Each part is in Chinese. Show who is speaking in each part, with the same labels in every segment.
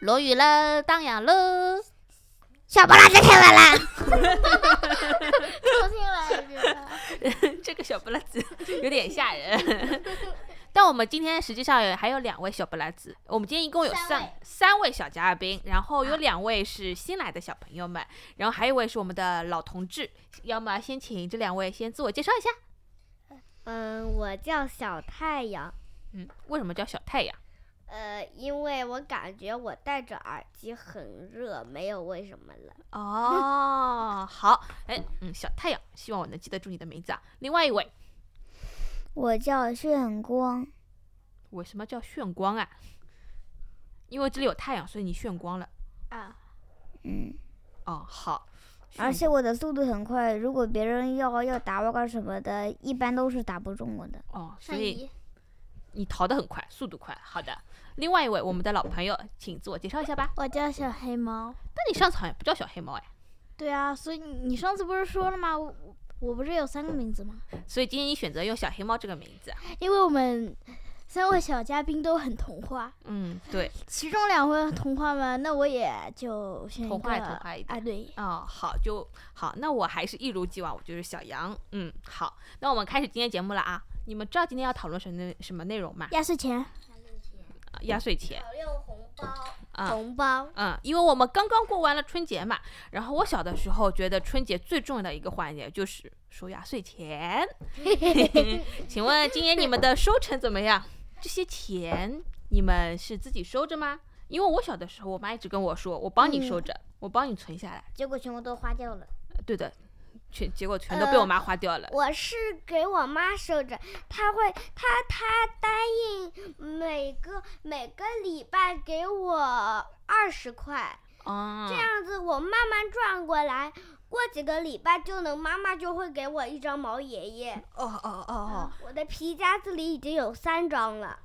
Speaker 1: 落雨了，荡漾了。
Speaker 2: 小巴拉再听完了，
Speaker 3: 重新来一遍吧。
Speaker 1: 这个小不拉 子有点吓人。但我们今天实际上有还有两位小不拉子，我们今天一共有
Speaker 3: 三
Speaker 1: 三
Speaker 3: 位啊
Speaker 1: 三位小嘉宾，然后有两位是新来的小朋友们，然后还有一位是我们的老同志。要么先请这两位先自我介绍一下。
Speaker 4: 嗯，我叫小太阳。
Speaker 1: 嗯，为什么叫小太阳？
Speaker 4: 呃，因为我感觉我戴着耳机很热，没有为什么了。
Speaker 1: 哦，好， 哎，嗯，小太阳，希望我能记得住你的名字啊。另外一位，
Speaker 3: 我叫炫光，
Speaker 1: 为什么叫炫光啊？因为这里有太阳，所以你炫光了。
Speaker 3: 啊，
Speaker 4: 嗯，
Speaker 1: 哦，好。
Speaker 2: 而
Speaker 1: 炫
Speaker 2: 且我的速度很快，如果别人要要打我干什么的，一般都是打不中我的。
Speaker 1: 哦，所
Speaker 3: 善
Speaker 1: 以
Speaker 3: 意。
Speaker 1: 你逃得很快，速度快。好的，另外一位我们的老朋友，请自我介绍一下吧。
Speaker 3: 我叫小黑猫。
Speaker 1: 但你上次好像不叫小黑猫哎，
Speaker 3: 对啊，所以你上次不是说了吗？我我不是有三个名字吗？
Speaker 1: 所以今天你选择用小黑猫这个名字。啊
Speaker 3: 因为我们三位小嘉宾都很童话，
Speaker 1: 嗯， 对。
Speaker 3: 其中两位童话嘛，那我也就选一个
Speaker 1: 童话童话一点
Speaker 3: 啊，对，
Speaker 1: 哦，好，就好。那我还是一如既往，我就是小羊。嗯，好。那我们开始今天节目了啊！你们知道今天要讨论什么内什么内容吗？
Speaker 3: 压岁钱。
Speaker 1: 啊压岁钱。
Speaker 4: 讨论红包，
Speaker 1: 啊
Speaker 4: 红包，
Speaker 1: 嗯，因为我们刚刚过完了春节嘛，然后我小的时候觉得春节最重要的一个环节就是收压岁钱。 请问今年你们的收成怎么样？这些钱你们是自己收着吗？因为我小的时候，我妈一直跟我说，我帮你收着，我帮你存下来。
Speaker 2: 结果全部都花掉了。
Speaker 1: 对的，全结果全都被我妈花掉了。
Speaker 4: 我是给我妈收着，她会，她她答应每个每个礼拜给我二十块，
Speaker 1: 哦、
Speaker 4: 这样子我慢慢赚过来，过几个礼拜就能，妈妈就会给我一张毛爷爷。
Speaker 1: 哦哦哦哦，
Speaker 4: 我的皮夹子里已经有三张了。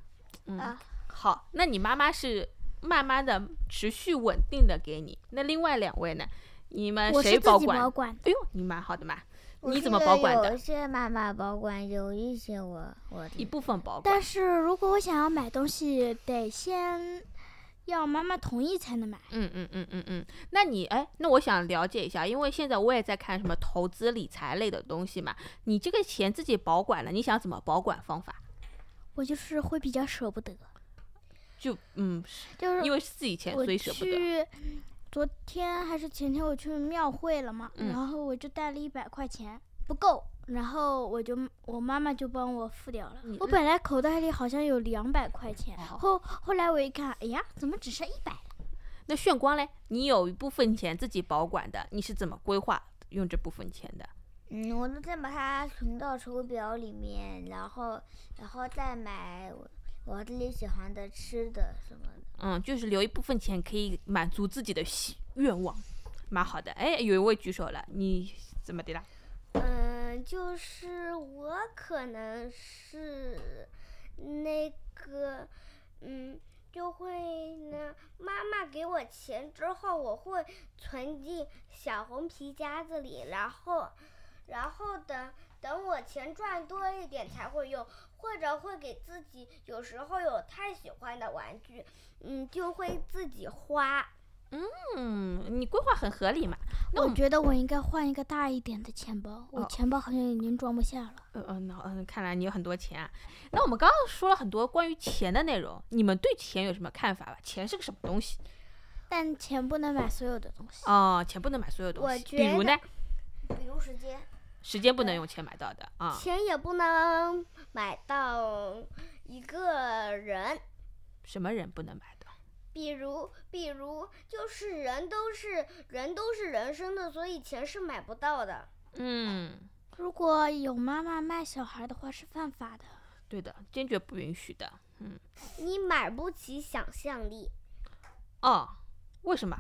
Speaker 1: 嗯
Speaker 3: 啊，
Speaker 1: 好，那你妈妈是慢慢的、持续稳定的给你。那另外两位呢？你们
Speaker 3: 我是
Speaker 1: 谁
Speaker 3: 自
Speaker 1: 保
Speaker 3: 己
Speaker 1: 管？
Speaker 3: 保管，
Speaker 1: 哎呦，你蛮好的嘛，
Speaker 2: 我
Speaker 1: 你
Speaker 2: 记
Speaker 1: 怎么
Speaker 2: 得
Speaker 1: 保管
Speaker 2: 有一
Speaker 1: 的？
Speaker 2: 些妈妈保管，有一些我我
Speaker 1: 一部分保管
Speaker 3: 但是如果我想要买东西，得先要妈妈同意才能买。
Speaker 1: 嗯嗯嗯嗯嗯，那你哎，那我想了解一下，因为现在我也在看什么投资理财类的东西嘛。你这个钱自己保管了，你想怎么保管方法？
Speaker 3: 我就是会比较舍不得，
Speaker 1: 就嗯，是
Speaker 3: 就是
Speaker 1: 因为是自己钱，
Speaker 3: 我
Speaker 1: 所以舍不得。
Speaker 3: 去昨天还是前天我去庙会了嘛，
Speaker 1: 嗯
Speaker 3: 然后我就带了一百块钱，不够，然后我就我妈妈就帮我付掉了。
Speaker 1: 嗯
Speaker 3: 我本来口袋里好像有两百块钱，
Speaker 1: 哦
Speaker 3: 后后来我一看，哎呀，怎么只剩一百？
Speaker 1: 那炫光嘞，你有一部分钱自己保管的，你是怎么规划用这部分钱的？
Speaker 2: 嗯，我都先把它存到手表里面，然后然后再买我我自己喜欢的吃的什么的。
Speaker 1: 嗯，就是留一部分钱可以满足自己的喜愿望，蛮好的。哎，有一位举手了，你怎么的啦？
Speaker 4: 嗯，就是我可能是那个，嗯，就会呢，妈妈给我钱之后，我会存进小红皮夹子里，然后，然后等等我钱赚多一点才会用，或者会给自己，有时候有太喜欢的玩具，嗯，就会自己花。
Speaker 1: 嗯，你规划很合理嘛。那我
Speaker 3: 我
Speaker 1: 们
Speaker 3: 觉得我应该换一个大一点的钱包，我
Speaker 1: 哦
Speaker 3: 钱包好像已经装不下了。
Speaker 1: 嗯嗯，那嗯，看来你有很多钱啊。那我们刚刚说了很多关于钱的内容，你们对钱有什么看法吧？钱是个什么东西？
Speaker 3: 但钱不能买所有的东西。
Speaker 1: 哦、钱不能买所有东
Speaker 4: 我
Speaker 1: 西，
Speaker 4: 觉
Speaker 1: 比如呢，
Speaker 4: 比如时间。
Speaker 1: 时间不能用钱买到的啊。
Speaker 4: 钱也不能买到一个人，
Speaker 1: 什么人不能买到？
Speaker 4: 比如，比如就是人都是人都是人生的，所以钱是买不到的。
Speaker 1: 嗯，
Speaker 3: 如果有妈妈卖小孩的话是犯法的。
Speaker 1: 对的，坚决不允许的。嗯，
Speaker 4: 你买不起想象力，
Speaker 1: 哦，为什么？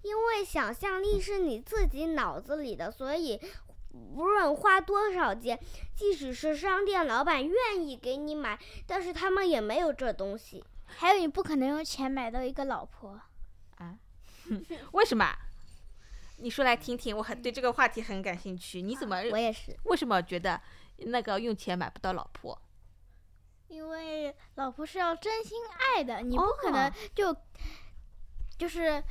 Speaker 4: 因为想象力是你自己脑子里的，所以无论花多少钱，即使是商店老板愿意给你买，但是他们也没有这东西。
Speaker 3: 还有，你不可能用钱买到一个老婆。
Speaker 1: 为什么？你说来听听，我很对这个话题很感兴趣。你怎么
Speaker 4: 我也是，
Speaker 1: 为什么觉得那个用钱买不到老婆？
Speaker 3: 因为老婆是要真心爱的，你不可能
Speaker 1: 哦
Speaker 3: 就就是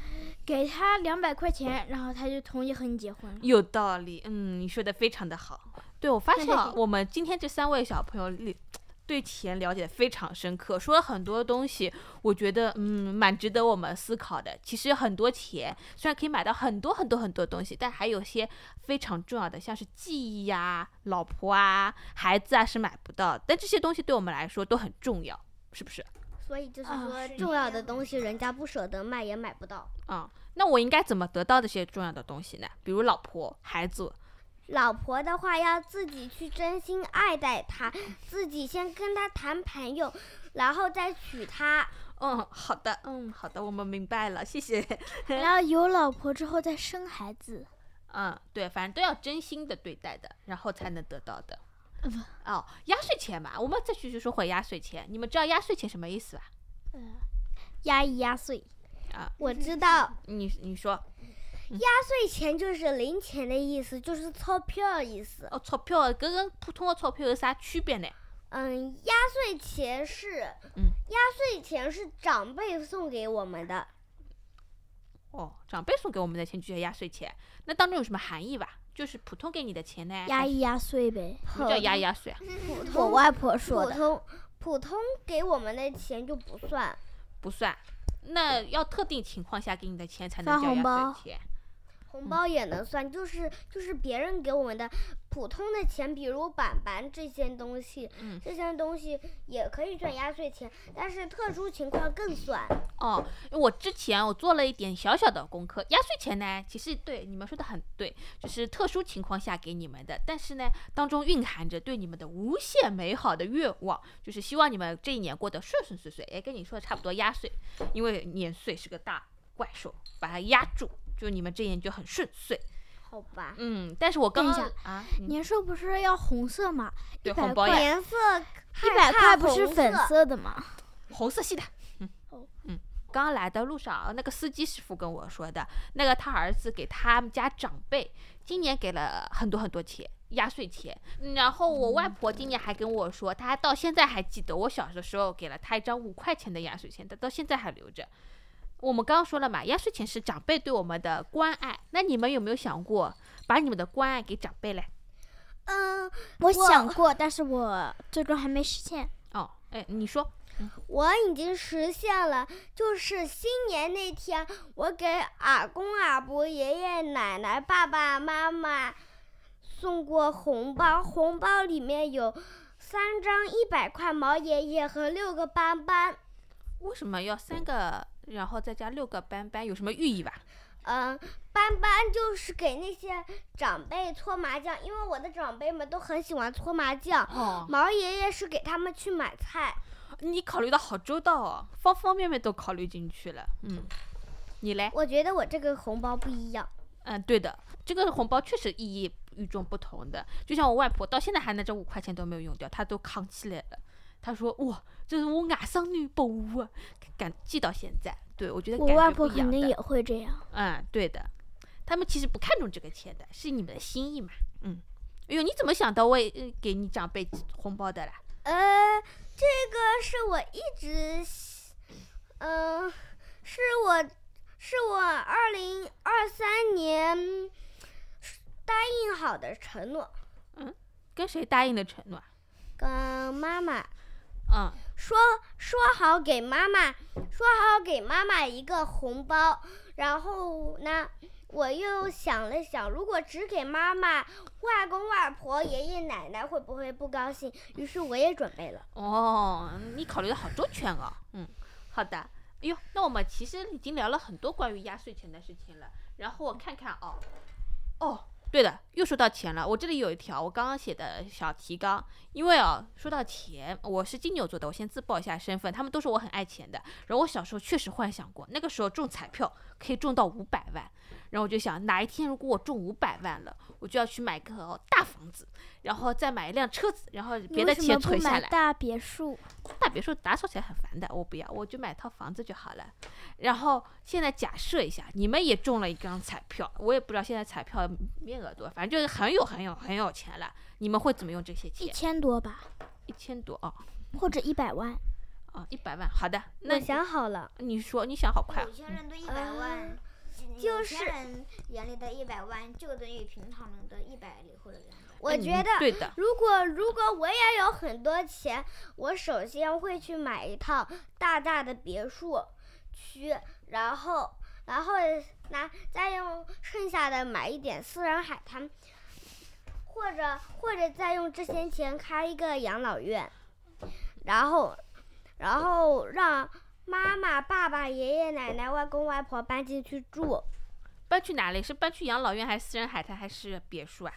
Speaker 3: 给他两百块钱，然后他就同意和你结婚了。
Speaker 1: 有道理，嗯，你说的非常的好。对我发现啊我们今天这三位小朋友里，对钱了解非常深刻，说了很多东西，我觉得嗯蛮值得我们思考的。其实很多钱虽然可以买到很多很多很多东西，但还有些非常重要的，像是记忆呀、老婆啊、孩子啊是买不到的，但这些东西对我们来说都很重要，是不是？
Speaker 4: 所以就是
Speaker 3: 啊
Speaker 4: 说
Speaker 3: 是，
Speaker 4: 重要的东西人家不舍得卖也买不到。
Speaker 1: 啊、那我应该怎么得到这些重要的东西呢？比如老婆、孩子，
Speaker 4: 老婆的话要自己去真心爱戴她，
Speaker 1: 嗯
Speaker 4: 自己先跟她谈朋友，然后再娶她。
Speaker 1: 嗯，好的，嗯，好的，我们明白了，谢谢。
Speaker 3: 然后有老婆之后再生孩子，
Speaker 1: 嗯，对，反正都要真心的对待的，然后才能得到的。
Speaker 3: 嗯
Speaker 1: 哦，压岁钱嘛，我们再继续说回压岁钱。你们知道压岁钱什么意思吧？啊
Speaker 3: 压一压岁。
Speaker 4: 我知道，
Speaker 1: 你你说，
Speaker 4: 压岁钱就是零钱的意思，就是钞票的意思。
Speaker 1: 哦，钞票跟跟普通的钞票有啥区别呢？
Speaker 4: 嗯，压岁钱是，
Speaker 1: 嗯
Speaker 4: 压岁钱是长辈送给我们的。
Speaker 1: 哦，长辈送给我们的钱就叫压岁钱，那当中有什么含义吧？就是普通给你的钱呢？
Speaker 3: 压一压岁呗。
Speaker 1: 什么叫压压岁啊？
Speaker 4: 普
Speaker 2: 我
Speaker 4: 通
Speaker 2: 外婆说
Speaker 4: 普
Speaker 2: 的。
Speaker 4: 通普通给我们的钱就不算，
Speaker 1: 不算，那要特定情况下给你的钱才
Speaker 3: 发
Speaker 1: 能叫
Speaker 3: 红
Speaker 1: 压
Speaker 3: 包
Speaker 1: 岁钱。
Speaker 3: 嗯
Speaker 4: 红包也能算，就是就是别人给我们的普通的钱，比如板板这些东西，
Speaker 1: 嗯
Speaker 4: 这些东西也可以算压岁钱，但是特殊情况更算。
Speaker 1: 哦，我之前我做了一点小小的功课，压岁钱呢，其实对你们说的很对，就是特殊情况下给你们的，但是呢，当中蕴含着对你们的无限美好的愿望，就是希望你们这一年过得顺顺遂遂。哎，跟你说的差不多，压岁，因为年岁是个大怪兽，把它压住，就你们这一年就很顺遂。
Speaker 4: 好吧，
Speaker 1: 嗯，但是我刚
Speaker 3: 等一
Speaker 1: 刚
Speaker 3: 下
Speaker 1: 啊，嗯
Speaker 3: 年兽不是要红色嘛？一
Speaker 1: 对红
Speaker 3: 百
Speaker 1: 包呀，
Speaker 3: 块，
Speaker 4: 颜色
Speaker 3: 一百块不是
Speaker 4: 红
Speaker 3: 粉
Speaker 4: 色
Speaker 3: 色的嘛？
Speaker 1: 红色系的。嗯
Speaker 3: 哦
Speaker 1: 嗯，刚刚来的路上，那个司机师傅跟我说的，那个他儿子给他们家长辈今年给了很多很多钱。压岁钱，嗯然后我外婆今年还跟我说，她到现在还记得我小的时候给了她一张五块钱的压岁钱，她到现在还留着。我们刚刚说了嘛，压岁钱是长辈对我们的关爱，那你们有没有想过把你们的关爱给长辈嘞？
Speaker 4: 嗯，
Speaker 3: 我想过，但是我最终还没实现。
Speaker 1: 哦，哎，你说，
Speaker 4: 我已经实现了，就是新年那天，我给阿公阿伯、爷爷奶奶、爸爸妈妈送过红包，红包里面有三张一百块毛爷爷和六个斑斑。
Speaker 1: 为什么要三个，然后再加六个斑斑，有什么寓意吧？
Speaker 4: 嗯，斑斑就是给那些长辈搓麻将，因为我的长辈们都很喜欢搓麻将。
Speaker 1: 哦，
Speaker 4: 毛爷爷是给他们去买菜。
Speaker 1: 你考虑的好周到哦，方方面面都考虑进去了。嗯，你嘞？
Speaker 4: 我觉得我这个红包不一样。
Speaker 1: 嗯，对的，这个红包确实意义与众不同的。就像我外婆到现在还拿着五块钱都没有用掉，她都扛起来了。她说：“哇，这是我外甥女拨我啊，感记到现在。”对，我觉得
Speaker 3: 我
Speaker 1: 感觉
Speaker 3: 外
Speaker 1: 不
Speaker 3: 婆
Speaker 1: 一样
Speaker 3: 肯定
Speaker 1: 的
Speaker 3: 也会这样。
Speaker 1: 嗯，对的，他们其实不看重这个钱的，是你们的心意嘛。嗯，哎呦，你怎么想到为呃给你长辈红包的啦？
Speaker 4: 呃，这个是我一直喜，嗯、是我是我二零二三年答应好的承诺，
Speaker 1: 跟谁答应的承诺啊？
Speaker 4: 跟妈妈
Speaker 1: 嗯，
Speaker 4: 说说好给妈妈说好给妈妈一个红包，然后呢，我又想了想，如果只给妈妈、外公外婆、爷爷奶奶会不会不高兴？于是我也准备了。
Speaker 1: 哦，你考虑的好周全哦。嗯，好的。哎呦，那我们其实已经聊了很多关于压岁钱的事情了。然后我看看哦，哦，对的，又说到钱了。我这里有一条我刚刚写的小提纲，因为哦，说到钱，我是金牛座的，我先自报一下身份。他们都说我很爱钱的，然后我小时候确实幻想过，那个时候中彩票可以中到五百万，然后我就想哪一天如果我中五百万了，我就要去买个大房子，然后再买一辆车子，然后别的
Speaker 3: 你为什
Speaker 1: 钱
Speaker 3: 么不
Speaker 1: 存下
Speaker 3: 买
Speaker 1: 来。
Speaker 3: 大别墅？
Speaker 1: 大别墅打扫起来很烦的，我不要，我就买套房子就好了。然后现在假设一下，你们也中了一张彩票，我也不知道现在彩票面额多少，反正就是很有很有很有钱了。你们会怎么用这些
Speaker 3: 一
Speaker 1: 钱？
Speaker 3: 千多吧，
Speaker 1: 一千多哦
Speaker 3: 或者一百万。
Speaker 1: 啊，一百万，好的，那
Speaker 5: 我想好了，
Speaker 1: 你说你想好快啊
Speaker 2: 有，些人的一百
Speaker 4: 呃
Speaker 3: 嗯
Speaker 2: 万，
Speaker 4: 就
Speaker 2: 有
Speaker 4: 是
Speaker 2: 些人眼里的一百万就等于平常人的一百里或者两百。
Speaker 4: 我
Speaker 1: 嗯
Speaker 4: 觉得
Speaker 1: 对的，
Speaker 4: 如果如果我也有很多钱，我首先会去买一套大大的别墅区，然后然后拿再用剩下的买一点私人海滩，或者或者再用这些钱开一个养老院，然后然后让妈妈、爸爸、爷爷奶奶、外公外婆搬进去住。
Speaker 1: 搬去哪里？是搬去养老院，还是私人海滩，还是别墅啊？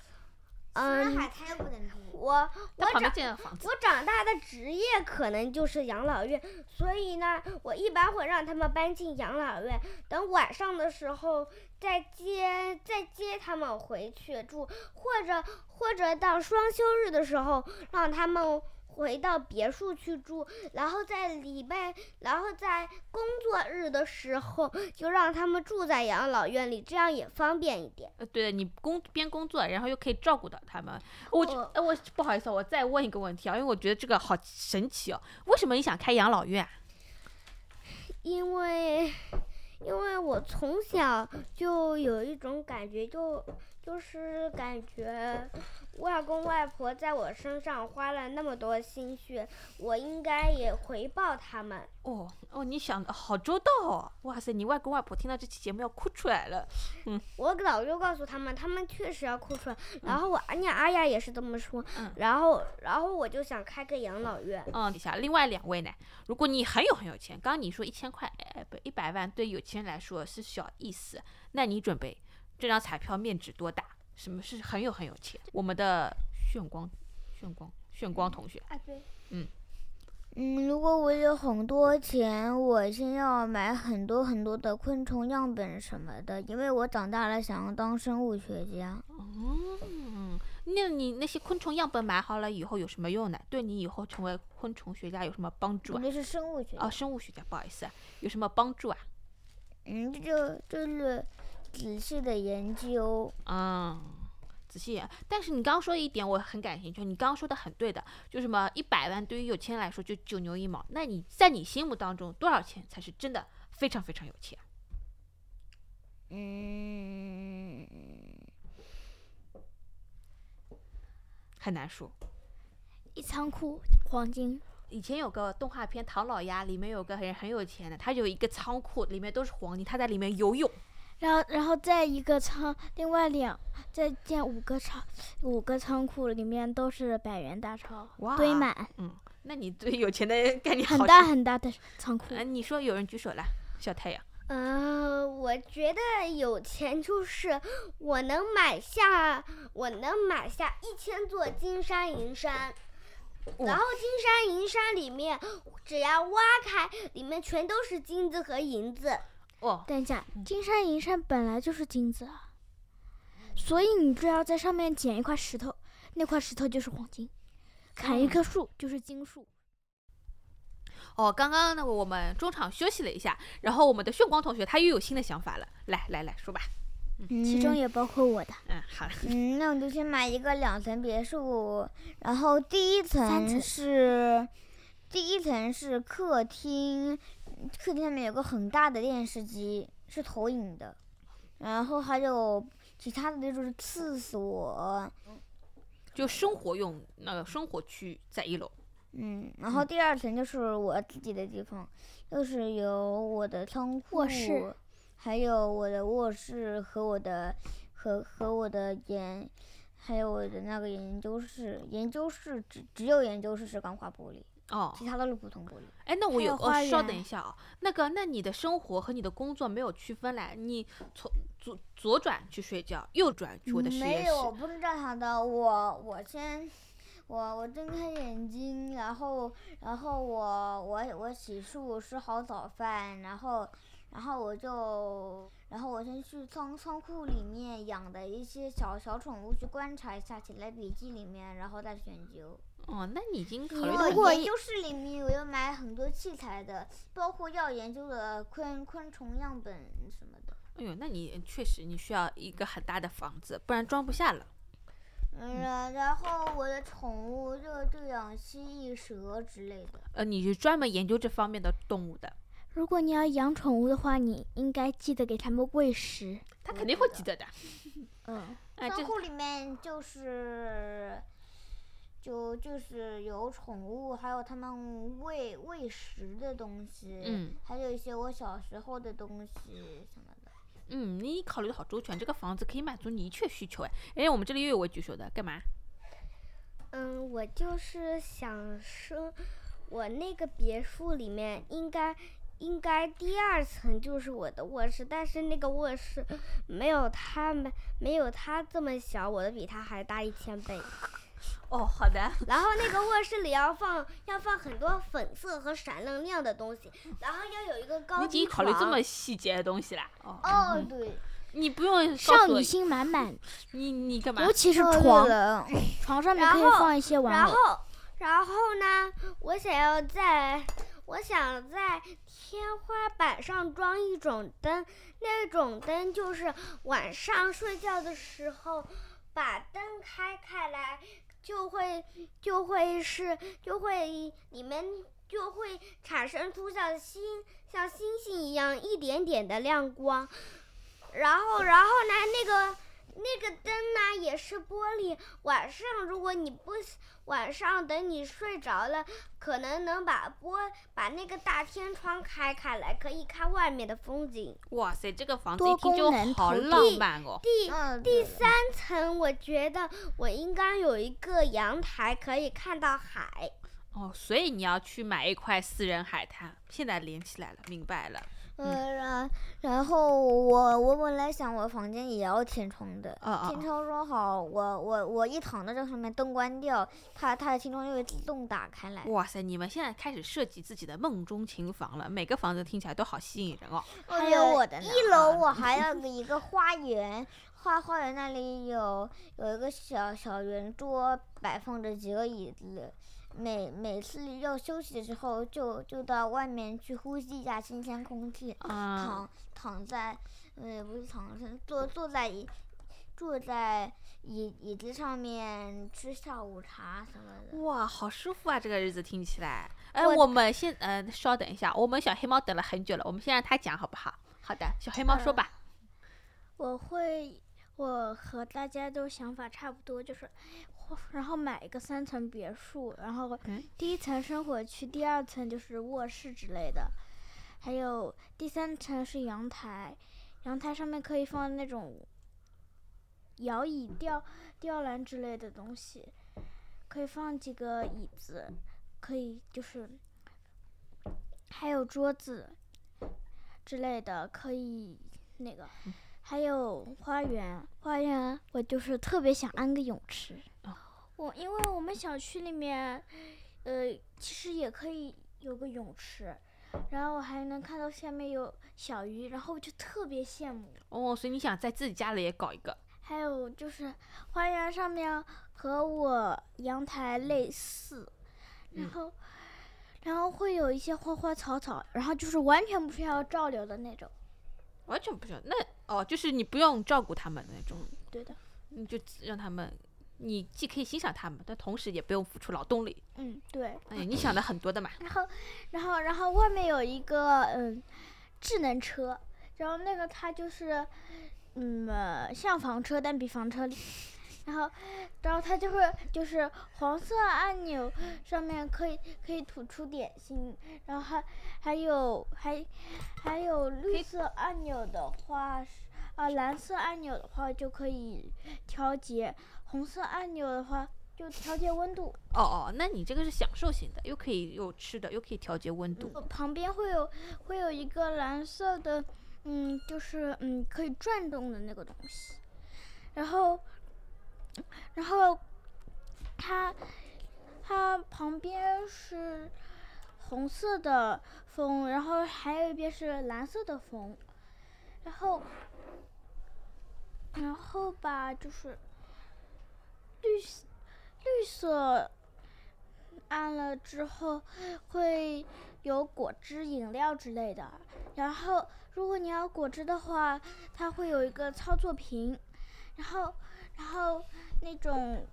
Speaker 2: 私人
Speaker 4: 嗯，
Speaker 2: 海滩又不能住，
Speaker 4: 我我
Speaker 1: 他
Speaker 4: 长
Speaker 1: 旁边建了房子，
Speaker 4: 我长大的职业可能就是养老院，所以呢，我一般会让他们搬进养老院，等晚上的时候再接再接他们回去住，或者或者到双休日的时候让他们回到别墅去住，然后在礼拜，然后在工作日的时候就让他们住在养老院里，这样也方便一点。
Speaker 1: 呃，对的，你工边工作，然后又可以照顾到他们。我觉，
Speaker 4: 我
Speaker 1: 哎，我不好意思啊，我再问一个问题啊，因为我觉得这个好神奇哦。为什么你想开养老院啊？
Speaker 4: 因为，因为我从小就有一种感觉，就就是感觉外公外婆在我身上花了那么多心血，我应该也回报他们。
Speaker 1: 哦哦，你想的好周到哦！哇塞，你外公外婆听到这期节目要哭出来了。
Speaker 4: 我早就告诉他们，他们确实要哭出来。然后我阿娘阿雅也是这么说。
Speaker 1: 嗯
Speaker 4: 然后，然后我就想开个养老院。
Speaker 1: 嗯，底下另外两位呢？如果你很有很有钱，刚刚你说一千块，哎，不，一百万对有钱人来说是小意思。那你准备这张彩票面值多大？什么是很有很有钱？我们的炫光，炫光，炫光同学，
Speaker 3: 啊，对，
Speaker 2: 嗯，如果我有很多钱，我先要买很多很多的昆虫样本什么的，因为我长大了想要当生物学家。
Speaker 1: 嗯，那你那些昆虫样本买好了以后有什么用呢？对你以后成为昆虫学家有什么帮助
Speaker 2: 我
Speaker 1: 啊？
Speaker 2: 们是生物学家
Speaker 1: 哦，生物学家，不好意思啊，有什么帮助啊？
Speaker 2: 嗯，这就就是仔细的研究。
Speaker 1: 嗯，仔细研。但是你刚刚说的一点我很感兴趣，你刚刚说的很对的，就什么一百万对于有钱人来说就九牛一毛。那你在你心目当中多少钱才是真的非常非常有钱？
Speaker 2: 嗯，
Speaker 1: 很难说。
Speaker 3: 一仓库黄金，
Speaker 1: 以前有个动画片《唐老鸭》，里面有个人很有钱的，他有一个仓库，里面都是黄金，他在里面游泳。
Speaker 3: 然后然后再一个仓，另外两再建五个仓，五个仓库里面都是百元大钞
Speaker 1: 哇
Speaker 3: 堆满，
Speaker 1: 那你对有钱的概念
Speaker 3: 很
Speaker 1: 好
Speaker 3: 大
Speaker 1: 深。
Speaker 3: 很大的仓库
Speaker 1: 嗯、。你说有人举手了，小太阳。
Speaker 4: 嗯，我觉得有钱就是我能买下，我能买下一千座金山银山，然后金山银山里面只要挖开，里面全都是金子和银子。
Speaker 1: 哦，
Speaker 3: 等一下，金山银山本来就是金子啊，
Speaker 2: 嗯
Speaker 3: 所以你只要在上面捡一块石头，那块石头就是黄
Speaker 1: 嗯
Speaker 3: 金；砍一棵树就是金树。
Speaker 1: 哦，刚刚呢，我们中场休息了一下，然后我们的炫光同学他又有新的想法了，来来来说吧。
Speaker 3: 其中也包括我的。
Speaker 1: 嗯，好了，
Speaker 2: 嗯，那我就先买一个两层别墅，然后第一
Speaker 3: 三层
Speaker 2: 层是第一层是客厅，客厅上面有个很大的电视机，是投影的，然后还有其他的就是厕所，
Speaker 1: 就生活用那个生活区在一楼。
Speaker 2: 嗯，然后第二层就是我自己的地方，就是有我的仓库，
Speaker 3: 卧室
Speaker 2: 还有我的卧室和我的和和我的研，还有我的那个研究室。研究室只只有研究室是钢化玻璃，
Speaker 1: 哦，
Speaker 2: 其他都是普通玻璃。
Speaker 1: 哎，那我
Speaker 3: 还
Speaker 1: 有
Speaker 3: 有
Speaker 1: 哦
Speaker 3: 花，
Speaker 1: 稍
Speaker 3: 园
Speaker 1: 等一下啊、那个，那你的生活和你的工作没有区分来，你从左左转去睡觉，右转去我的实验
Speaker 2: 没有，我
Speaker 1: 室。
Speaker 2: 不是正常的。我我先，我我睁开眼睛，然后然后我我我洗漱，吃好早饭，然后然后我就然后我先去仓仓库里面养的一些小小宠物去观察一下，写在笔记里面，然后再去研究。
Speaker 1: 哦，那你已经考虑
Speaker 2: 然
Speaker 1: 到
Speaker 2: 后
Speaker 3: 如果
Speaker 2: 研
Speaker 3: 一
Speaker 2: 究室里面我要买很多器材的，包括要研究的昆昆虫样本什么的。
Speaker 1: 哎呦，那你确实你需要一个很大的房子，不然装不下了。
Speaker 2: 嗯，然然后我的宠物就就养蜥蜴、蛇之类的。
Speaker 1: 呃，你是专门研究这方面的动物的，
Speaker 3: 如果你要养宠物的话，你应该记得给它们喂食。
Speaker 1: 他肯定会记得的。
Speaker 3: 嗯，
Speaker 1: 哎，这
Speaker 2: 仓库里面就是，就就是有宠物，还有它们喂喂食的东西，
Speaker 1: 嗯
Speaker 2: 还有一些我小时候的东西什么的。
Speaker 1: 嗯，你考虑的好周全，这个房子可以满足你一切需求哎。哎，我们这里又有位举手的，干嘛？
Speaker 4: 嗯，我就是想说，我那个别墅里面应该应该第二层就是我的卧室，但是那个卧室没有它们没有它这么小，我的比它还大一千倍。
Speaker 1: 哦，好的。
Speaker 4: 然后那个卧室里要放要放很多粉色和闪亮亮的东西，然后要有一个高
Speaker 1: 你已
Speaker 4: 低
Speaker 1: 经考虑这
Speaker 4: 床
Speaker 1: 么细节的东西啦？哦，
Speaker 2: 哦，对，
Speaker 1: 你不用告
Speaker 3: 少
Speaker 1: 诉我
Speaker 3: 女，心满 满，
Speaker 1: 你你干嘛
Speaker 3: 尤？其是
Speaker 2: 哦对
Speaker 3: 床，
Speaker 2: 了
Speaker 3: 床上面
Speaker 4: 然
Speaker 3: 可以
Speaker 4: 后
Speaker 3: 放一些玩
Speaker 4: 然
Speaker 3: 偶
Speaker 4: 后。，然后呢，我想要在，我想在天花板上装一种灯，那种灯就是晚上睡觉的时候，把灯开开来，就会就会是就会里面就会产生出像星像星星一样一点点的亮光，然后然后呢那个。那个灯呢也是玻璃，晚上如果你不晚上等你睡着了，可能能把玻把那个大天窗开开来，可以看外面的风景。
Speaker 1: 哇塞，这个房子
Speaker 3: 多
Speaker 1: 一听就
Speaker 3: 功能
Speaker 1: 好
Speaker 3: 投
Speaker 1: 浪
Speaker 4: 递
Speaker 1: 漫哦。
Speaker 4: 第
Speaker 2: 嗯，
Speaker 4: 第
Speaker 2: 对
Speaker 4: 三层，我觉得我应该有一个阳台，可以看到海。
Speaker 1: 哦，所以你要去买一块私人海滩，现在连起来了，明白了。
Speaker 2: 呃，然然后我我本来想我房间也要天窗的，
Speaker 1: 哦哦
Speaker 2: 天
Speaker 1: 哦
Speaker 2: 窗装好，我我我一躺在这上面，灯关掉，它它的天窗就会自动打开来。
Speaker 1: 哦哇塞，你们现在开始设计自己的梦中情房了，每个房子听起来都好吸引人哦。
Speaker 2: 还
Speaker 4: 哎
Speaker 2: 有
Speaker 4: 呦
Speaker 2: 我的一楼 我还要一个花园，花花园那里有有一个小小圆桌，摆放着几个椅子。每每次要休息的时候就，就到外面去呼吸一下新鲜空气。
Speaker 1: 嗯，
Speaker 2: 躺躺在，呃，不是躺是坐坐在椅坐在椅椅子上面吃下午茶什么的。
Speaker 1: 哇，好舒服啊，这个日子听起来。哎，
Speaker 2: 我
Speaker 1: 我们先呃，稍等一下，我们小黑猫等了很久了，我们先让它讲好不好？好的，小黑猫说吧。
Speaker 3: 我会，我和大家都想法差不多，就是，或然后买一个三层别墅，然后
Speaker 1: 嗯
Speaker 3: 第一层生活区，第二层就是卧室之类的，还有第三层是阳台，阳台上面可以放那种摇椅、吊吊篮之类的东西，可以放几个椅子，可以就是还有桌子之类的，可以那个。还有花园，花园我就是特别想安个泳池。我因为我们小区里面，呃，其实也可以有个泳池，然后我还能看到下面有小鱼，然后我就特别羡慕。
Speaker 1: 哦，所以你想在自己家里也搞一个？
Speaker 3: 还有就是花园上面和我阳台类似，然
Speaker 1: 嗯
Speaker 3: 后、然后会有一些花花草草，然后就是完全不需要照料的那种。
Speaker 1: 完全不需要。那哦，就是你不用照顾它们那种，
Speaker 3: 对的，
Speaker 1: 你就只让它们，你既可以欣赏它们，但同时也不用付出劳动力。
Speaker 3: 嗯，对。
Speaker 1: 哎，你想的很多的嘛。
Speaker 3: 然后，然后，然后外面有一个嗯智能车，然后那个它就是嗯呃像房车，但比房车厉。然后，然后它就会就是黄色按钮上面可以可以吐出点心，然后还还有还还有绿色按钮的话是啊蓝色按钮的话就可以调节，红色按钮的话就调节温度。
Speaker 1: 哦哦，那你这个是享受型的，又可以有吃的，又可以调节温度。
Speaker 3: 旁边会有会有一个蓝色的，嗯，就是嗯可以转动的那个东西，然后，然后它它旁边是红色的风，然后还有一边是蓝色的风，然后然后吧就是绿色绿色按了之后会有果汁、饮料之类的。然后，如果你要果汁的话，它会有一个操作屏，然后，然后那种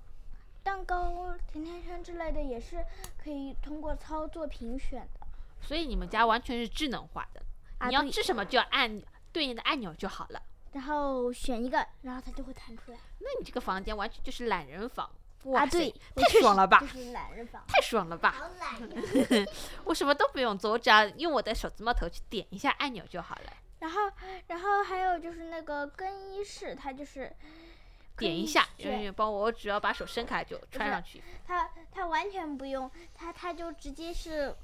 Speaker 3: 蛋糕、甜甜圈之类的也是可以通过操作评选的。
Speaker 1: 所以你们家完全是智能化的，
Speaker 3: 啊
Speaker 1: 你要
Speaker 3: 对
Speaker 1: 吃什么就要按对应的按钮就好了。
Speaker 3: 然后选一个，然后它就会弹出来。
Speaker 1: 那你这个房间完全就是懒人房，哇
Speaker 3: 啊，
Speaker 1: 塞
Speaker 3: 对，我
Speaker 1: 太
Speaker 3: 确
Speaker 1: 爽
Speaker 3: 实
Speaker 1: 了吧
Speaker 3: 就是懒人房。
Speaker 1: 太爽了吧！
Speaker 4: 好懒呀！
Speaker 1: 我什么都不用做，我只要用我的手指冒头去点一下按钮就好了，
Speaker 3: 然后，然后还有就是那个更衣室，它就是更
Speaker 1: 点一
Speaker 3: 衣
Speaker 1: 下，
Speaker 3: 室
Speaker 1: 永远帮我，我只要把手伸开就穿
Speaker 3: 是
Speaker 1: 上去。
Speaker 3: 它它完全不用，它它就直接是，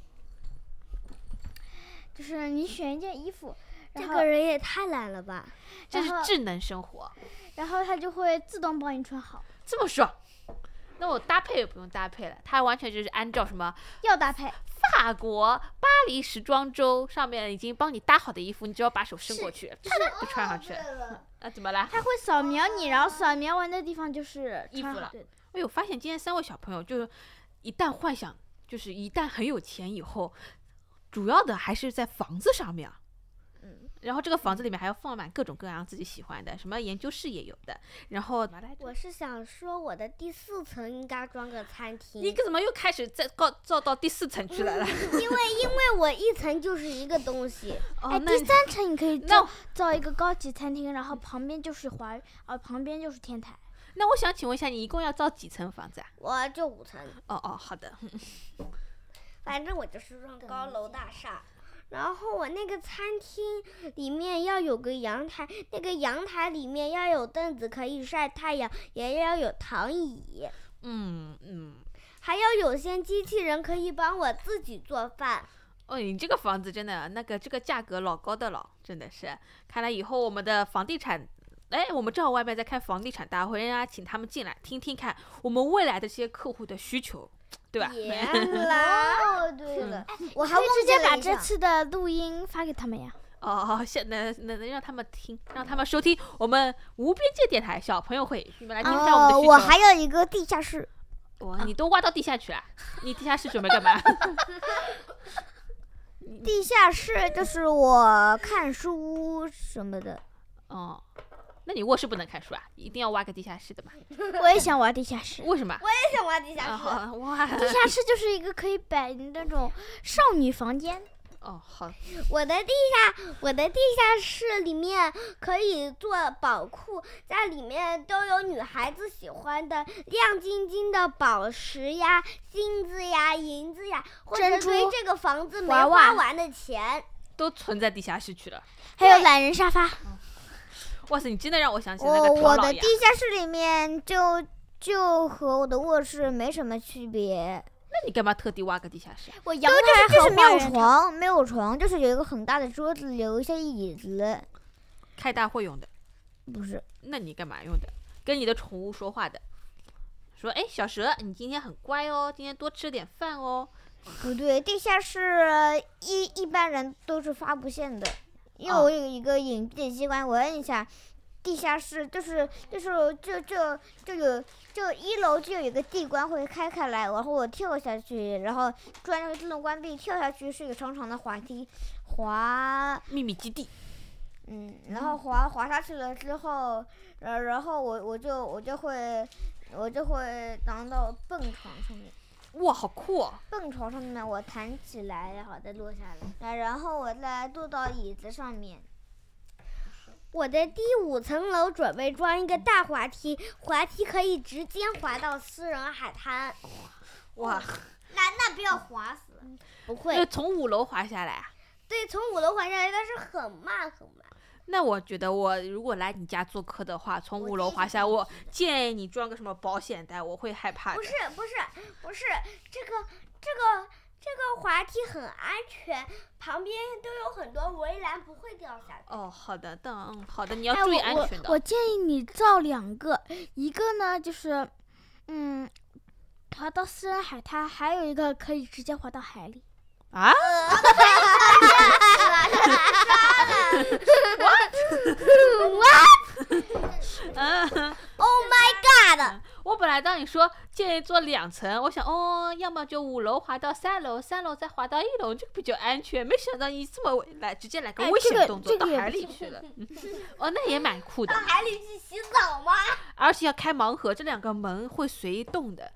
Speaker 3: 就是你选一件衣服，然
Speaker 4: 这
Speaker 3: 后、
Speaker 4: 个人也太懒了吧！
Speaker 1: 这
Speaker 3: 然
Speaker 1: 是
Speaker 3: 后
Speaker 1: 智能生活，
Speaker 3: 然后它就会自动帮你穿好，
Speaker 1: 这么爽。那我搭配也不用搭配了，它完全就是按照什么
Speaker 3: 要搭配。
Speaker 1: 法国巴黎时装周上面已经帮你搭好的衣服，你只要把手伸过去，啪嗒就穿上去了。
Speaker 4: 了，
Speaker 1: 啊，怎么了？
Speaker 3: 哦它会扫描你，然后扫描完的地方就是
Speaker 1: 衣
Speaker 3: 穿
Speaker 1: 服
Speaker 3: 好
Speaker 1: 了
Speaker 3: 对
Speaker 1: 哎呦，发现今天三位小朋友就是一旦幻想，就是一旦很有钱以后，主要的还是在房子上面啊。
Speaker 3: 嗯，
Speaker 1: 然后这个房子里面还要放满各种各样自己喜欢的，什么研究室也有的。然后
Speaker 4: 我是想说，我的第四层应该装个餐厅，
Speaker 1: 你可怎么又开始在告造到第四层去来了？
Speaker 4: 因为因为
Speaker 3: 呃
Speaker 4: 我一层就是一个东西，
Speaker 1: 哦
Speaker 3: 哎，，
Speaker 1: 那
Speaker 3: 第
Speaker 1: 你
Speaker 3: 三层你可以
Speaker 1: 那
Speaker 3: 造造一个高级餐厅，然后旁边就是华，呃，旁边就是天台。
Speaker 1: 那我想请问一下，你一共要造几层房子啊？
Speaker 4: 我就五层，
Speaker 1: 哦哦，好的，
Speaker 4: 反正我就是装高楼大厦。然后我那个餐厅里面要有个阳台，那个阳台里面要有凳子可以晒太阳，也要有躺椅，
Speaker 1: 嗯嗯。
Speaker 4: 还要有些机器人可以帮我自己做饭。
Speaker 1: 哦，你这个房子真的那个这个价格老高的了，真的是。看来以后我们的房地产，哎，我们正好外面在开房地产大会，人家请他们进来听听看我们未来的这些客户的需求，对吧？
Speaker 4: 别啦，
Speaker 2: 哦，对了，
Speaker 4: 哎
Speaker 2: 我还
Speaker 3: 可以
Speaker 2: 忘
Speaker 3: 直
Speaker 2: 记
Speaker 3: 接
Speaker 2: 了
Speaker 3: 把
Speaker 2: 一
Speaker 3: 这
Speaker 2: 项
Speaker 3: 次的录音发给他们呀。
Speaker 1: 哦哦，现能能能让他们听，让他们收听我们无边界电台小朋友会，哎你们来听听看我们的
Speaker 2: 哦，
Speaker 1: 需求。
Speaker 2: 我还有一个地下室，
Speaker 1: 哇，你都挖到地下去了？你地下室准备干嘛？
Speaker 2: 地下室就是我看书什么的。
Speaker 1: 哦，那你卧室不能看书啊，一定要挖个地下室的嘛？
Speaker 3: 我也想玩地下室，
Speaker 1: 为什么？
Speaker 4: 我也想玩地
Speaker 1: 啊，
Speaker 4: 下室。
Speaker 1: 好哇，
Speaker 3: 地 下室就是一个可以摆那种少女房间。
Speaker 1: 哦好，
Speaker 4: 我的地下，我的地下室里面可以做宝库，在里面都有女孩子喜欢的亮晶晶的宝石呀、金子呀、银子呀，或者
Speaker 3: 珍珠
Speaker 4: 追这个房子没
Speaker 3: 娃娃
Speaker 4: 花完的钱。
Speaker 1: 都存在地下室去了。
Speaker 3: 还有懒人沙
Speaker 1: 啊
Speaker 3: 发，
Speaker 1: 哇塞，你真的让我想起那
Speaker 4: 哦
Speaker 2: 我
Speaker 1: 个唐
Speaker 2: 哦我
Speaker 1: 老
Speaker 2: 的
Speaker 1: 爷
Speaker 2: 地。下室里面就就和我的卧室没什么区别，
Speaker 1: 那你干嘛特地挖个地下室啊？
Speaker 3: 我阳
Speaker 2: 就是
Speaker 3: 台
Speaker 2: 就是没
Speaker 3: 豪华
Speaker 2: 有
Speaker 3: 人
Speaker 2: 床，没有床，就是有一个很大的桌子，有一些椅子，
Speaker 1: 开大会用的？
Speaker 2: 不是。
Speaker 1: 那你干嘛用的？跟你的宠物说话的，说哎，小蛇，你今天很乖哦，今天多吃点饭哦。
Speaker 2: 不对，地下室一一般人都是发不现的，因为
Speaker 1: 哦
Speaker 2: 我有一个隐蔽的机关，我按一下，地下室就是就是就就就有就一楼就有一个地关会开开来，然后我跳下去，然后砖会自动关闭，跳下去是一个长长的滑梯，滑
Speaker 1: 秘密基地，
Speaker 2: 嗯，然后滑滑下去了之后，然然后我我就我就会我就会荡到蹦床上面。
Speaker 1: 哇，好酷哦！
Speaker 2: 蹦床上面，我弹起来，然后再落下
Speaker 4: 哎
Speaker 2: 来，然后我再坐到椅子上面。
Speaker 4: 我的第五层楼准备装一个大滑梯，滑梯可以直接滑到私人海滩，哦
Speaker 1: 哇，嗯
Speaker 4: 那那不要滑死。不
Speaker 1: 那
Speaker 4: 会，
Speaker 1: 从五楼滑下来啊？
Speaker 4: 对，从五楼滑下来，但是很慢很慢。
Speaker 1: 那我觉得我如果来你家做客的话，从
Speaker 4: 我
Speaker 1: 五楼
Speaker 4: 建议
Speaker 1: 滑
Speaker 4: 是
Speaker 1: 下，我建议你装个什么保险带，我会害怕的
Speaker 4: 不。是不是不是，这个这个这个滑梯很安全，旁边都有很多围栏，不会掉下去。
Speaker 1: 哦，好的，但嗯，好的，你要
Speaker 3: 哎，
Speaker 1: 注意
Speaker 3: 我
Speaker 1: 安
Speaker 3: 我
Speaker 1: 全的。
Speaker 3: 我建议你造两个，一个呢就是，嗯，滑到私人海滩，还有一个可以直接滑到海里。
Speaker 1: 啊？
Speaker 4: 呃
Speaker 1: 嗯，
Speaker 2: Oh my god！
Speaker 1: 我本来当你说建一座两层，我想哦，要么就五楼滑到三楼，三楼再滑到一楼，这个比较安全。没想到你这么来，直接来个
Speaker 3: 哎
Speaker 1: 危
Speaker 3: 这
Speaker 1: 险
Speaker 3: 个
Speaker 1: 动作、
Speaker 3: 这个
Speaker 1: 到
Speaker 3: 也
Speaker 1: 海
Speaker 3: 不
Speaker 1: 里
Speaker 3: 错
Speaker 1: 去 了。嗯哦，那也蛮酷的，
Speaker 4: 海里去洗澡吗？
Speaker 1: 而且要开盲盒，这两个门会随意动的。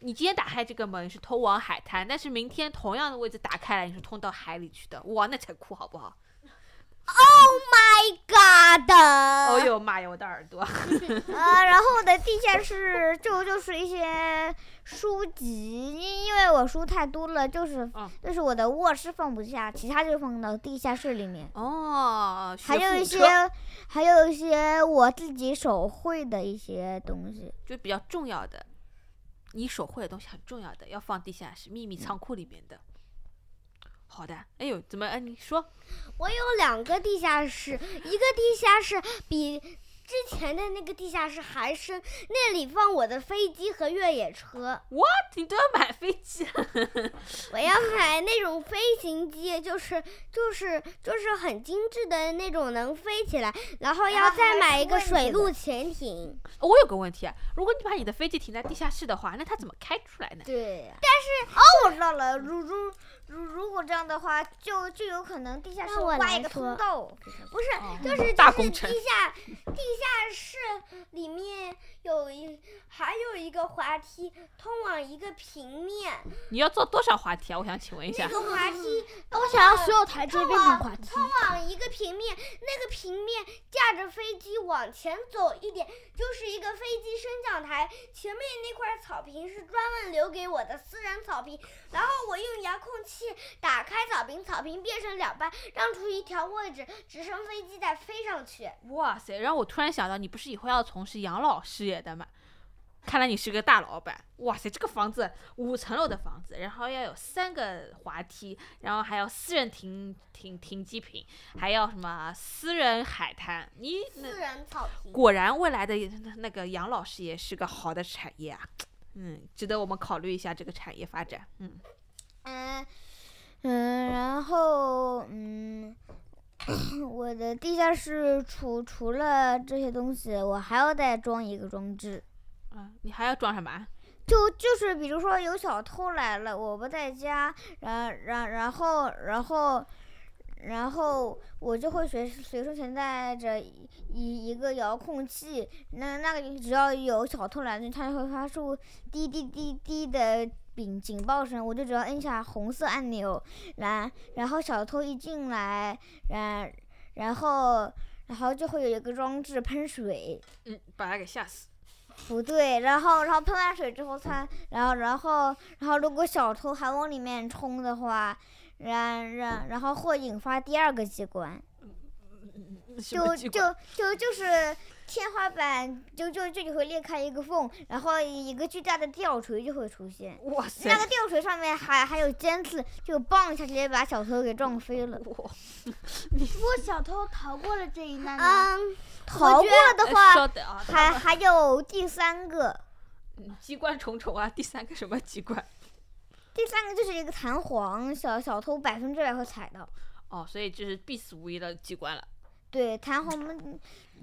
Speaker 1: 你今天打开这个门是通往海滩，但是明天同样的位置打开了，你是通到海里去的。哇，那才酷，好不好？
Speaker 2: God！
Speaker 3: 呃
Speaker 1: 哦呦妈呀，我的耳 朵！
Speaker 2: 呃，然后我的地下室就就是一些书籍，因因为我书太多了，就是、
Speaker 1: 嗯
Speaker 2: 就是我的卧室放不下，其他就放到地下室里面。
Speaker 1: 哦，
Speaker 2: 还
Speaker 1: 学
Speaker 2: 有
Speaker 1: 富
Speaker 2: 一
Speaker 1: 五
Speaker 2: 些
Speaker 1: 车，哦
Speaker 2: 还有一些我自己手绘的一些东西。
Speaker 1: 就比较重要的，你手绘的东西很重要的，要放地下室秘密仓库里面的。好的，哎呦，怎么？哎，你说，
Speaker 4: 我有两个地下室，一个地下室比之前的那个地下室还深，那里放我的飞机和越野车。
Speaker 1: 你都要买飞机了，
Speaker 4: 我要买那种飞行机，就是就是就是很精致的那种，能飞起来，然后
Speaker 2: 然
Speaker 4: 要
Speaker 2: 后
Speaker 4: 再
Speaker 2: 还
Speaker 4: 买
Speaker 2: 是
Speaker 4: 一个
Speaker 2: 问
Speaker 4: 水
Speaker 2: 题
Speaker 4: 陆潜艇。
Speaker 1: 我有个问题啊，如果你把你的飞机停在地下室的话，那它怎么开出来呢？
Speaker 4: 对呀、哦
Speaker 2: 我知道了，如如如如果这样的话，就就有可能地下室
Speaker 3: 那我
Speaker 2: 挖
Speaker 3: 来
Speaker 2: 一个
Speaker 3: 说
Speaker 2: 通道。
Speaker 4: 不是，
Speaker 1: 哦
Speaker 4: 就是
Speaker 1: 大
Speaker 4: 就是
Speaker 1: 工
Speaker 4: 地
Speaker 1: 程
Speaker 4: 下地下室里面有一还有一个滑梯通往一个平面，
Speaker 1: 你要坐多少滑梯啊？我想请问一下
Speaker 4: 那，个滑梯
Speaker 3: 我
Speaker 1: 啊
Speaker 3: 想要所有台阶变成滑梯。
Speaker 4: 往一个平面，那个平面架着飞机往前走一点，就是一个飞机升降台。前面那块草坪是专门留给我的私人草坪，然后我用遥控器打开草坪，草坪变成两半，让出一条位置，直升飞机再飞上去。
Speaker 1: 哇塞！然后我突然想到，你不是以后要从事养老事业的吗？看来你是个大老板。哇塞，这个房子五层楼的房子，然后要有三个滑梯，然后还要私人停停停机坪，还要什么私人海滩。你那
Speaker 4: 私人草坪。
Speaker 1: 果然未来的那个养老事业是个好的产业啊。嗯，值得我们考虑一下这个产业发展。嗯，
Speaker 2: 嗯嗯，然后 嗯，我的地下室除除了这些东西，我还要再装一个装置，
Speaker 1: 啊，你还要装什么啊？
Speaker 2: 就就是比如说有小偷来了，我不在家，然然然后然后。然后我就会随随身携带着一一一个遥控器，那那个只要有小偷来了，它就会发出滴滴滴滴的警警报声，我就只要摁下红色按钮，然然后小偷一进来，然然后然后就会有一个装置喷水，
Speaker 1: 嗯，把他给吓死。
Speaker 2: 不对，然后然后喷完水之后它，
Speaker 1: 嗯
Speaker 2: 然后然后然后如果小偷还往里面冲的话，然然然后会引发第二个机关，
Speaker 1: 什
Speaker 2: 就
Speaker 1: 么机
Speaker 2: 就
Speaker 1: 关
Speaker 2: 就就是天花板就就这里会裂开一个缝，然后一个巨大的吊锤就会出现。
Speaker 1: 哇塞
Speaker 2: 那！个吊锤上面还还有尖刺，就棒一下直接把小偷给撞飞了。
Speaker 1: 我
Speaker 3: 如果小偷逃过了这一难
Speaker 1: 啊
Speaker 3: 呢，
Speaker 4: 嗯，
Speaker 2: 逃过的
Speaker 1: 呃
Speaker 2: 话，
Speaker 1: 稍等啊，
Speaker 2: 还还有第三个，
Speaker 1: 嗯机关重重啊，第三个什么机关？
Speaker 2: 第三个就是一个弹簧，小小偷百分之百会踩到。
Speaker 1: 哦，所以就是必死无疑的机关了，
Speaker 2: 对，弹簧们，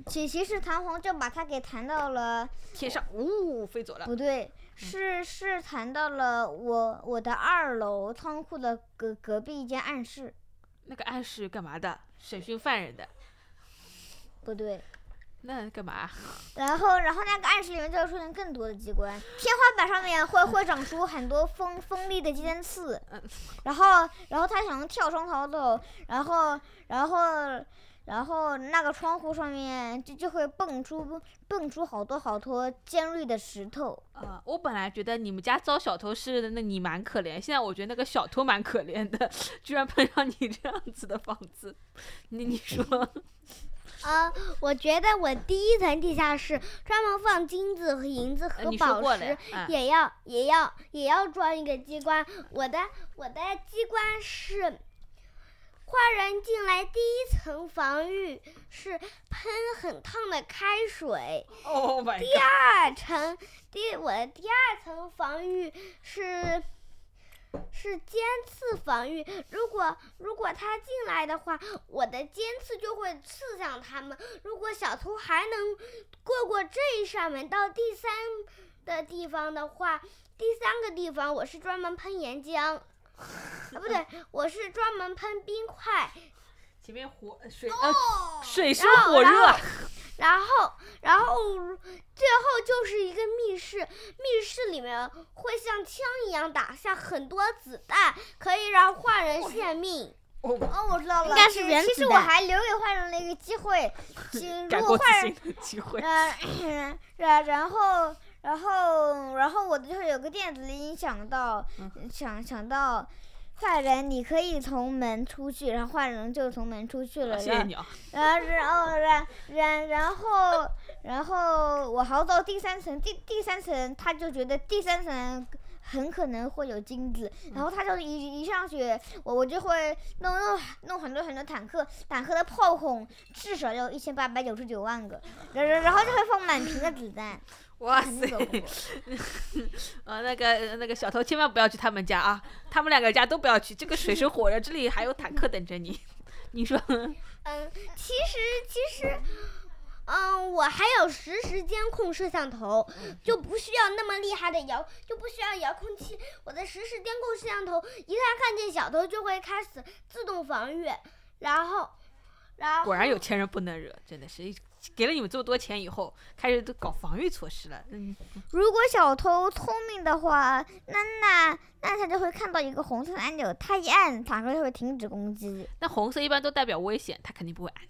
Speaker 2: 其其实弹簧就把它给弹到了，
Speaker 1: 天上呜、飞走了。
Speaker 2: 不对，是是弹到了我我的二楼仓库的隔隔壁一间暗室，
Speaker 1: 那个暗示干嘛的？审讯犯人的，
Speaker 2: 不对。
Speaker 1: 那干嘛？啊
Speaker 2: 然后然后那个暗室里面就会出现更多的机关，天花板上面会会长出很多锋锋利的尖刺
Speaker 1: 嗯，
Speaker 2: 然后然后他想要跳窗逃走，然后然后然后那个窗户上面就就会蹦出蹦出好多好多尖锐的石头。
Speaker 1: 呃，我本来觉得你们家遭小偷是那你蛮可怜，现在我觉得那个小偷蛮可怜的，居然碰上你这样子的房子，你你说
Speaker 4: 啊、我觉得我第一层地下室专门放金子和银子
Speaker 1: 呃
Speaker 4: 和
Speaker 1: 你说
Speaker 4: 宝
Speaker 1: 过了
Speaker 4: 石
Speaker 1: 呀，，啊
Speaker 4: 也要也要也要装一个机关。我的我的机关是，坏人进来第一层防御是喷很烫的开水，
Speaker 1: ，Oh my
Speaker 4: 第
Speaker 1: god，
Speaker 4: 二层第我的第二层防御是
Speaker 6: 是尖刺防御。如果如果它进来的话，我的尖刺就会刺向它们。如果小偷还能过过这一扇门到第三的地方的话，第三个地方我是专门喷岩浆，啊不对，我是专门喷冰块。
Speaker 1: 前面火水呃水深火热，啊
Speaker 6: 然后，然后最后就是一个密室，密室里面会像枪一样打下很多子弹，可以让坏
Speaker 1: 哦
Speaker 6: 人献命。
Speaker 1: 我们
Speaker 4: 哦，我知道了，
Speaker 3: 应该是
Speaker 4: 其
Speaker 3: 原
Speaker 4: 其
Speaker 3: 子
Speaker 4: 实我
Speaker 3: 弹
Speaker 4: 还留给坏人了一个机 会，其实
Speaker 1: 改
Speaker 4: 如
Speaker 1: 过
Speaker 4: 果
Speaker 1: 自
Speaker 4: 坏人
Speaker 1: 新的机会。
Speaker 4: 然 然然后然后然后我就是有个电子音想到、
Speaker 1: 嗯
Speaker 4: 想想到坏人，你可以从门出去，然后坏人就从门出去了。
Speaker 1: 谢谢你啊，
Speaker 4: 然后然后然然然后然后我逃到第三层，第第三层他就觉得第三层。很可能会有金子，然后他就一一上去，我我就会弄弄弄很多很多坦克，坦克的炮孔至少有一千八百九十九万个，然然然后就会放满屏的子弹，
Speaker 1: 哇
Speaker 4: 很
Speaker 1: 塞！
Speaker 4: 恐怖。
Speaker 1: 呃，那个那个小偷千万不要去他们家啊，他们两个家都不要去，这个水深火热，这里还有坦克等着你。 你说，
Speaker 6: 嗯，其实其实，嗯，我还有实时监控摄像头，就不需要那么厉害的遥，就不需要遥控器。我的实时监控摄像头一旦看见小偷，就会开始自动防御，然后，然后
Speaker 1: 果然有钱人不能惹，真的是给了你们这么多钱以后，开始都搞防御措施了。嗯，
Speaker 4: 如果小偷聪明的话，那那那他就会看到一个红色的按钮，他一按，坦克就会停止攻击。
Speaker 1: 那红色一般都代表危险，他肯定不会按的。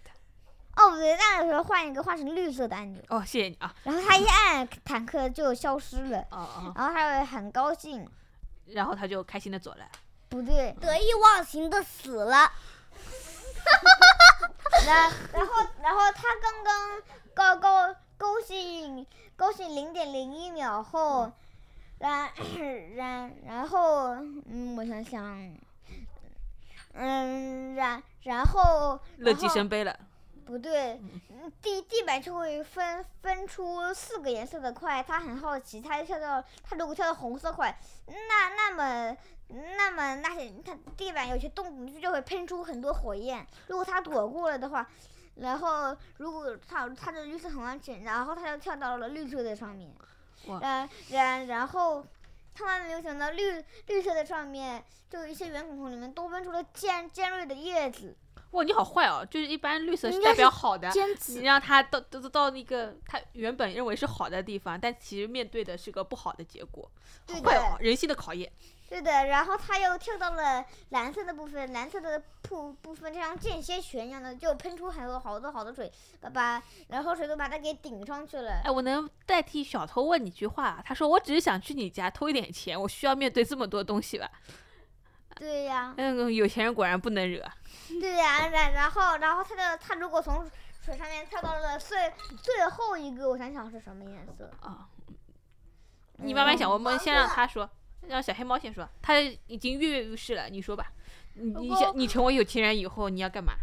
Speaker 4: 哦，不对，那个时候换一个换成绿色的按钮，
Speaker 1: 哦，谢谢你啊，
Speaker 4: 然后他一按，坦克就消失了，
Speaker 1: 哦哦，
Speaker 4: 然后他会很高兴。
Speaker 1: 然后他就开心的走了。
Speaker 4: 不对，
Speaker 6: 得意忘形的死了。
Speaker 4: 然然后然后他刚刚高高高兴高兴零点零一秒
Speaker 6: 嗯
Speaker 4: 后，然然然后嗯，我想想，嗯，然然后
Speaker 1: 乐
Speaker 4: 然
Speaker 1: 极
Speaker 4: 后
Speaker 1: 生悲了，
Speaker 4: 不对，嗯地地板就会分分出四个颜色的块，他很好奇，他就跳到他如果跳到红色块，那那么那么那些它地板有些洞就会喷出很多火焰，如果他躲过了的话，然后如果他他的绿色很安全，然后他就跳到了绿色的上面
Speaker 1: 哇，
Speaker 4: 然然然后。他万没有想到绿绿色的上面，就一些圆孔孔里面都喷出了尖尖锐的叶子，
Speaker 1: 哇，你好坏哦！就是一般绿色是
Speaker 3: 应
Speaker 1: 代
Speaker 3: 该
Speaker 1: 表
Speaker 3: 是
Speaker 1: 好的，
Speaker 3: 尖
Speaker 1: 你
Speaker 3: 子
Speaker 1: 让他到到到那个他原本认为是好的地方，但其实面对的是个不好的结果，好
Speaker 4: 对
Speaker 1: 坏
Speaker 4: 的
Speaker 1: 哦，人性的考验。
Speaker 4: 对的，然后他又跳到了蓝色的部分，蓝色的部部分就像间歇泉一样的，就喷出很多好多好多水，把把然后水都把它给顶上去了。
Speaker 1: 哎，我能代替小偷问你句话、啊，他说我只是想去你家偷一点钱，我需要面对这么多东西吧？、
Speaker 4: 对呀
Speaker 1: 嗯，有钱人果然不能惹。
Speaker 4: 对呀、然然后然后他的他如果从水上面跳到了最最后一个，我想想是什么颜色？嗯
Speaker 1: 啊、你慢
Speaker 3: 嗯
Speaker 1: 慢想，我们先让他说，让小黑猫先说，他已经跃跃欲试了，你说吧。你你
Speaker 3: 我
Speaker 1: 想你成为有钱人以后你要干嘛？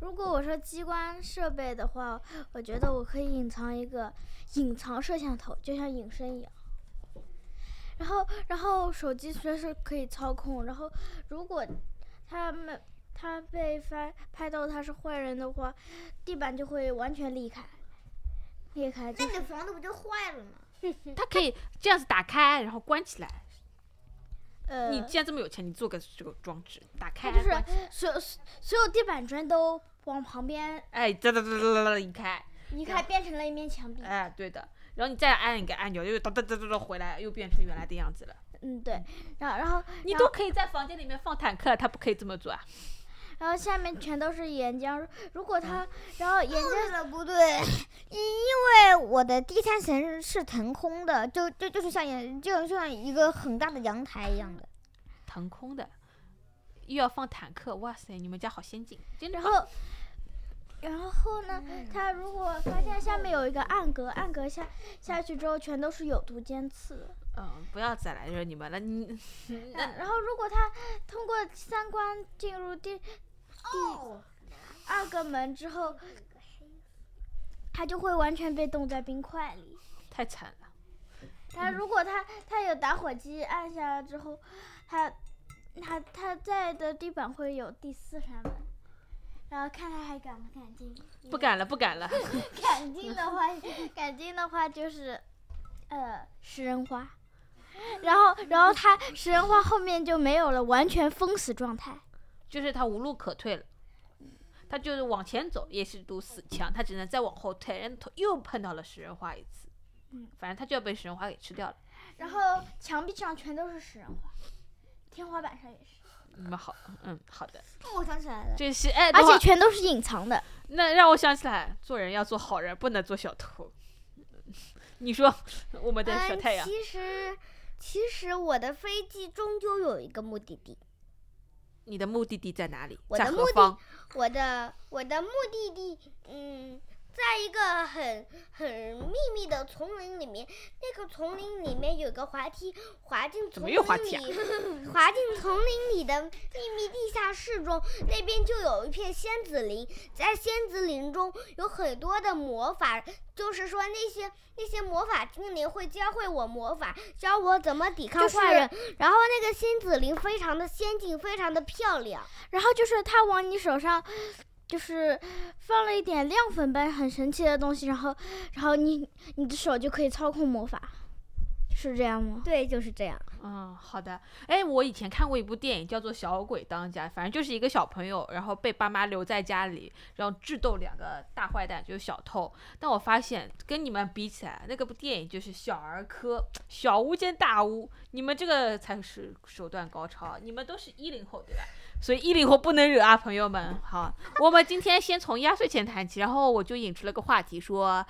Speaker 3: 如果我说机关设备的话，我觉得我可以隐藏一个隐藏摄像头，就像隐身一样。然后，然后手机随时可以操控。然后，如果他们他被翻拍到他是坏人的话，地板就会完全裂开，裂开就
Speaker 4: 那你
Speaker 3: 是
Speaker 4: 的房子不就坏了吗？
Speaker 3: 嗯
Speaker 1: 他可以这样子打开，然后关起来。
Speaker 3: 呃，
Speaker 1: 你既然这么有钱，你做个这个装置，打开
Speaker 3: 它就是
Speaker 1: 关起来
Speaker 3: 所有所有地板砖都往旁边
Speaker 1: 哎，哒哒哒哒哒哒一开，
Speaker 3: 移开，变成了一面墙壁。
Speaker 1: 哎，对的。然后你再按一个按钮，又哒哒哒哒哒回来，又变成原来的样子了。
Speaker 3: 嗯，对。然后，然后
Speaker 1: 你
Speaker 3: 然
Speaker 1: 都可以在房间里面放坦克了，他不可以这么做啊？
Speaker 3: 然后下面全都是岩浆。如果他，然后岩
Speaker 4: 对
Speaker 3: 浆，
Speaker 4: 了，不对，因因为我的第三层是腾空的，就就就是像阳就就像一个很大的阳台一样的。
Speaker 1: 腾空的，又要放坦克，哇塞，你们家好先进，真的
Speaker 3: 然
Speaker 1: 好。
Speaker 3: 后，然后呢，他如果发现下面有一个暗格，暗格下下去之后全都是有毒尖刺。
Speaker 1: 嗯，不要再来惹你们了， 你
Speaker 3: 然然后，如果他通过三关进入第第二个门之后，他就会完全被冻在冰块里。
Speaker 1: 太惨了。
Speaker 3: 他如果他他有打火机按下来之后，他他他在的地板会有第四扇门，然后看他还敢不敢进。
Speaker 1: 不敢了，不敢 了。
Speaker 3: 敢进的话，敢进的话就是，呃，食人 花。然后，然后他食人花后面就没有了，完全封死状态。
Speaker 1: 就是他无路可退了，他就是往前走也是堵死墙，他只能再往后退，然后头又碰到了食人花一次，
Speaker 3: 嗯，
Speaker 1: 反正他就要被食人花给吃掉了。
Speaker 3: 然后
Speaker 4: 嗯
Speaker 3: 墙壁上全都是啊食人花，天花板上也是，
Speaker 1: 你们好，嗯，好 的，
Speaker 4: 哦
Speaker 2: 我想起来了，
Speaker 1: 这是哎，
Speaker 3: 而
Speaker 1: 等会
Speaker 3: 且
Speaker 1: 儿
Speaker 3: 全都是隐藏的。
Speaker 1: 那让我想起来，做人要做好人，不能做小偷。 你说我们的小太阳，
Speaker 4: 嗯其实，其实我的飞机终究有一个目的地。
Speaker 1: 你的目的地在哪里？
Speaker 4: 我的
Speaker 1: 在何
Speaker 4: 目的
Speaker 1: 方？
Speaker 4: 我的我的目的地，嗯，在一个很很秘密的丛林里面。那个丛林里面有个滑梯，滑进丛
Speaker 1: 怎么
Speaker 4: 林
Speaker 1: 又
Speaker 4: 里，
Speaker 1: 滑梯啊
Speaker 4: 滑进丛林里的秘密地下室中，那边就有一片仙子林。在仙子林中有很多的魔法，就是说那些那些魔法精灵会教会我魔法，教我怎么抵抗
Speaker 3: 就是
Speaker 4: 坏人。然后那个仙子林非常的仙境，非常的漂亮。
Speaker 3: 然后就是他往你手上，就是放了一点亮粉般很神奇的东西，然后，然后你你的手就可以操控魔法，是这样吗？
Speaker 4: 对，就是这样。
Speaker 1: 嗯，好的。哎，我以前看过一部电影，叫做《小鬼当家》，反正就是一个小朋友，然后被爸妈留在家里，然后智斗两个大坏蛋，就是小偷。但我发现跟你们比起来，那个部电影就是小儿科，小巫见大巫。你们这个才是手段高超，你们都是一零后，对吧？所以一零后不能惹啊，朋友们。好，我们今天先从压岁钱谈起，然后我就引出了个话题，说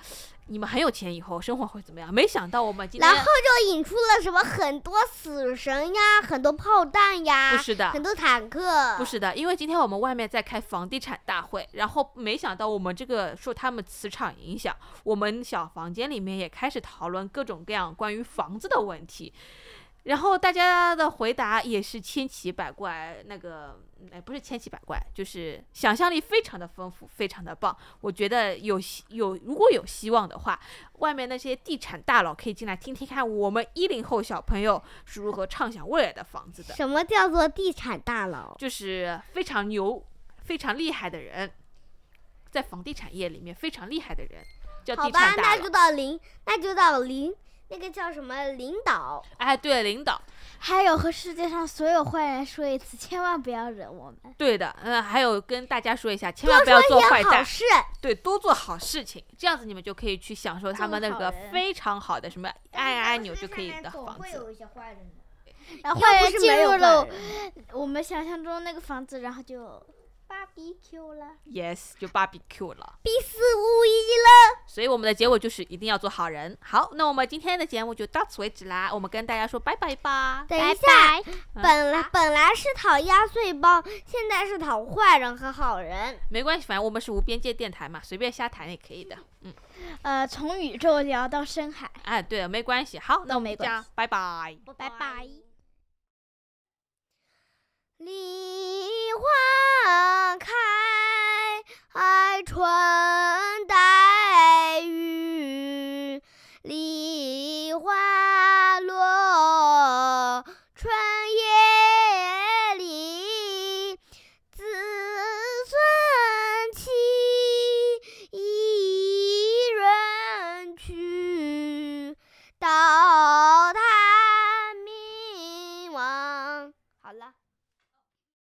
Speaker 1: 你们很有钱以后生活会怎么样？没想到我们今天
Speaker 4: 然后就引出了什么很多死神呀，很多炮弹呀，
Speaker 1: 不是的，
Speaker 4: 很多坦克，
Speaker 1: 不是的，因为今天我们外面在开房地产大会，然后没想到我们这个受他们磁场影响，我们小房间里面也开始讨论各种各样关于房子的问题，然后大家的回答也是千奇百怪，那个哎不是千奇百怪，就是想象力非常的丰富，非常的棒。我觉得有希有如果有希望的话，外面那些地产大佬可以进来听听看我们一零后小朋友是如何畅想未来的房子的。
Speaker 4: 什么叫做地产大佬？
Speaker 1: 就是非常牛、非常厉害的人，在房地产业里面非常厉害的人，叫
Speaker 4: 好
Speaker 1: 地
Speaker 4: 吧
Speaker 1: 产，大
Speaker 4: 那
Speaker 1: 佬
Speaker 4: 就。到领，那就到领，那个叫什么领导？
Speaker 1: 哎，对，领导，
Speaker 3: 还有和世界上所有坏人说一次，千万不要惹我们。
Speaker 1: 对的，嗯，还有跟大家说一下，千万不要做坏
Speaker 4: 好
Speaker 1: 蛋，
Speaker 4: 事，
Speaker 1: 对，多做好事情，这样子你们就可以去享受他们那
Speaker 3: 做
Speaker 1: 个
Speaker 3: 好人
Speaker 1: 非常好的什么按按钮就可以的
Speaker 2: 总
Speaker 1: 房
Speaker 2: 会
Speaker 1: 子。
Speaker 2: 有一些坏人的。
Speaker 3: 然后
Speaker 4: 又
Speaker 3: 坏
Speaker 4: 不
Speaker 3: 人
Speaker 4: 是
Speaker 3: 进
Speaker 4: 没有
Speaker 3: 入
Speaker 4: 坏
Speaker 3: 了
Speaker 4: 人
Speaker 3: 我们想象中那个房子，然后就 barbecue 了。
Speaker 1: Yes，就 barbecue 了。
Speaker 4: 必死无疑了。
Speaker 1: 所以我们的结果就是一定要做好人。好，那我们今天的节目就到此为止啦，我们跟大家说拜拜吧。
Speaker 4: 等一下，
Speaker 1: 嗯
Speaker 4: 本来本来是讨压岁包，现在是讨坏人和好人。
Speaker 1: 没关系，反正我们是无边界电台嘛，随便瞎谈也可以的。嗯。
Speaker 3: 呃，从宇宙聊到深海。
Speaker 1: 哎，对了，没关系。好，那
Speaker 3: 都
Speaker 1: 我们
Speaker 3: 没
Speaker 1: 就这
Speaker 3: 关
Speaker 1: 样，拜拜。
Speaker 4: 拜拜。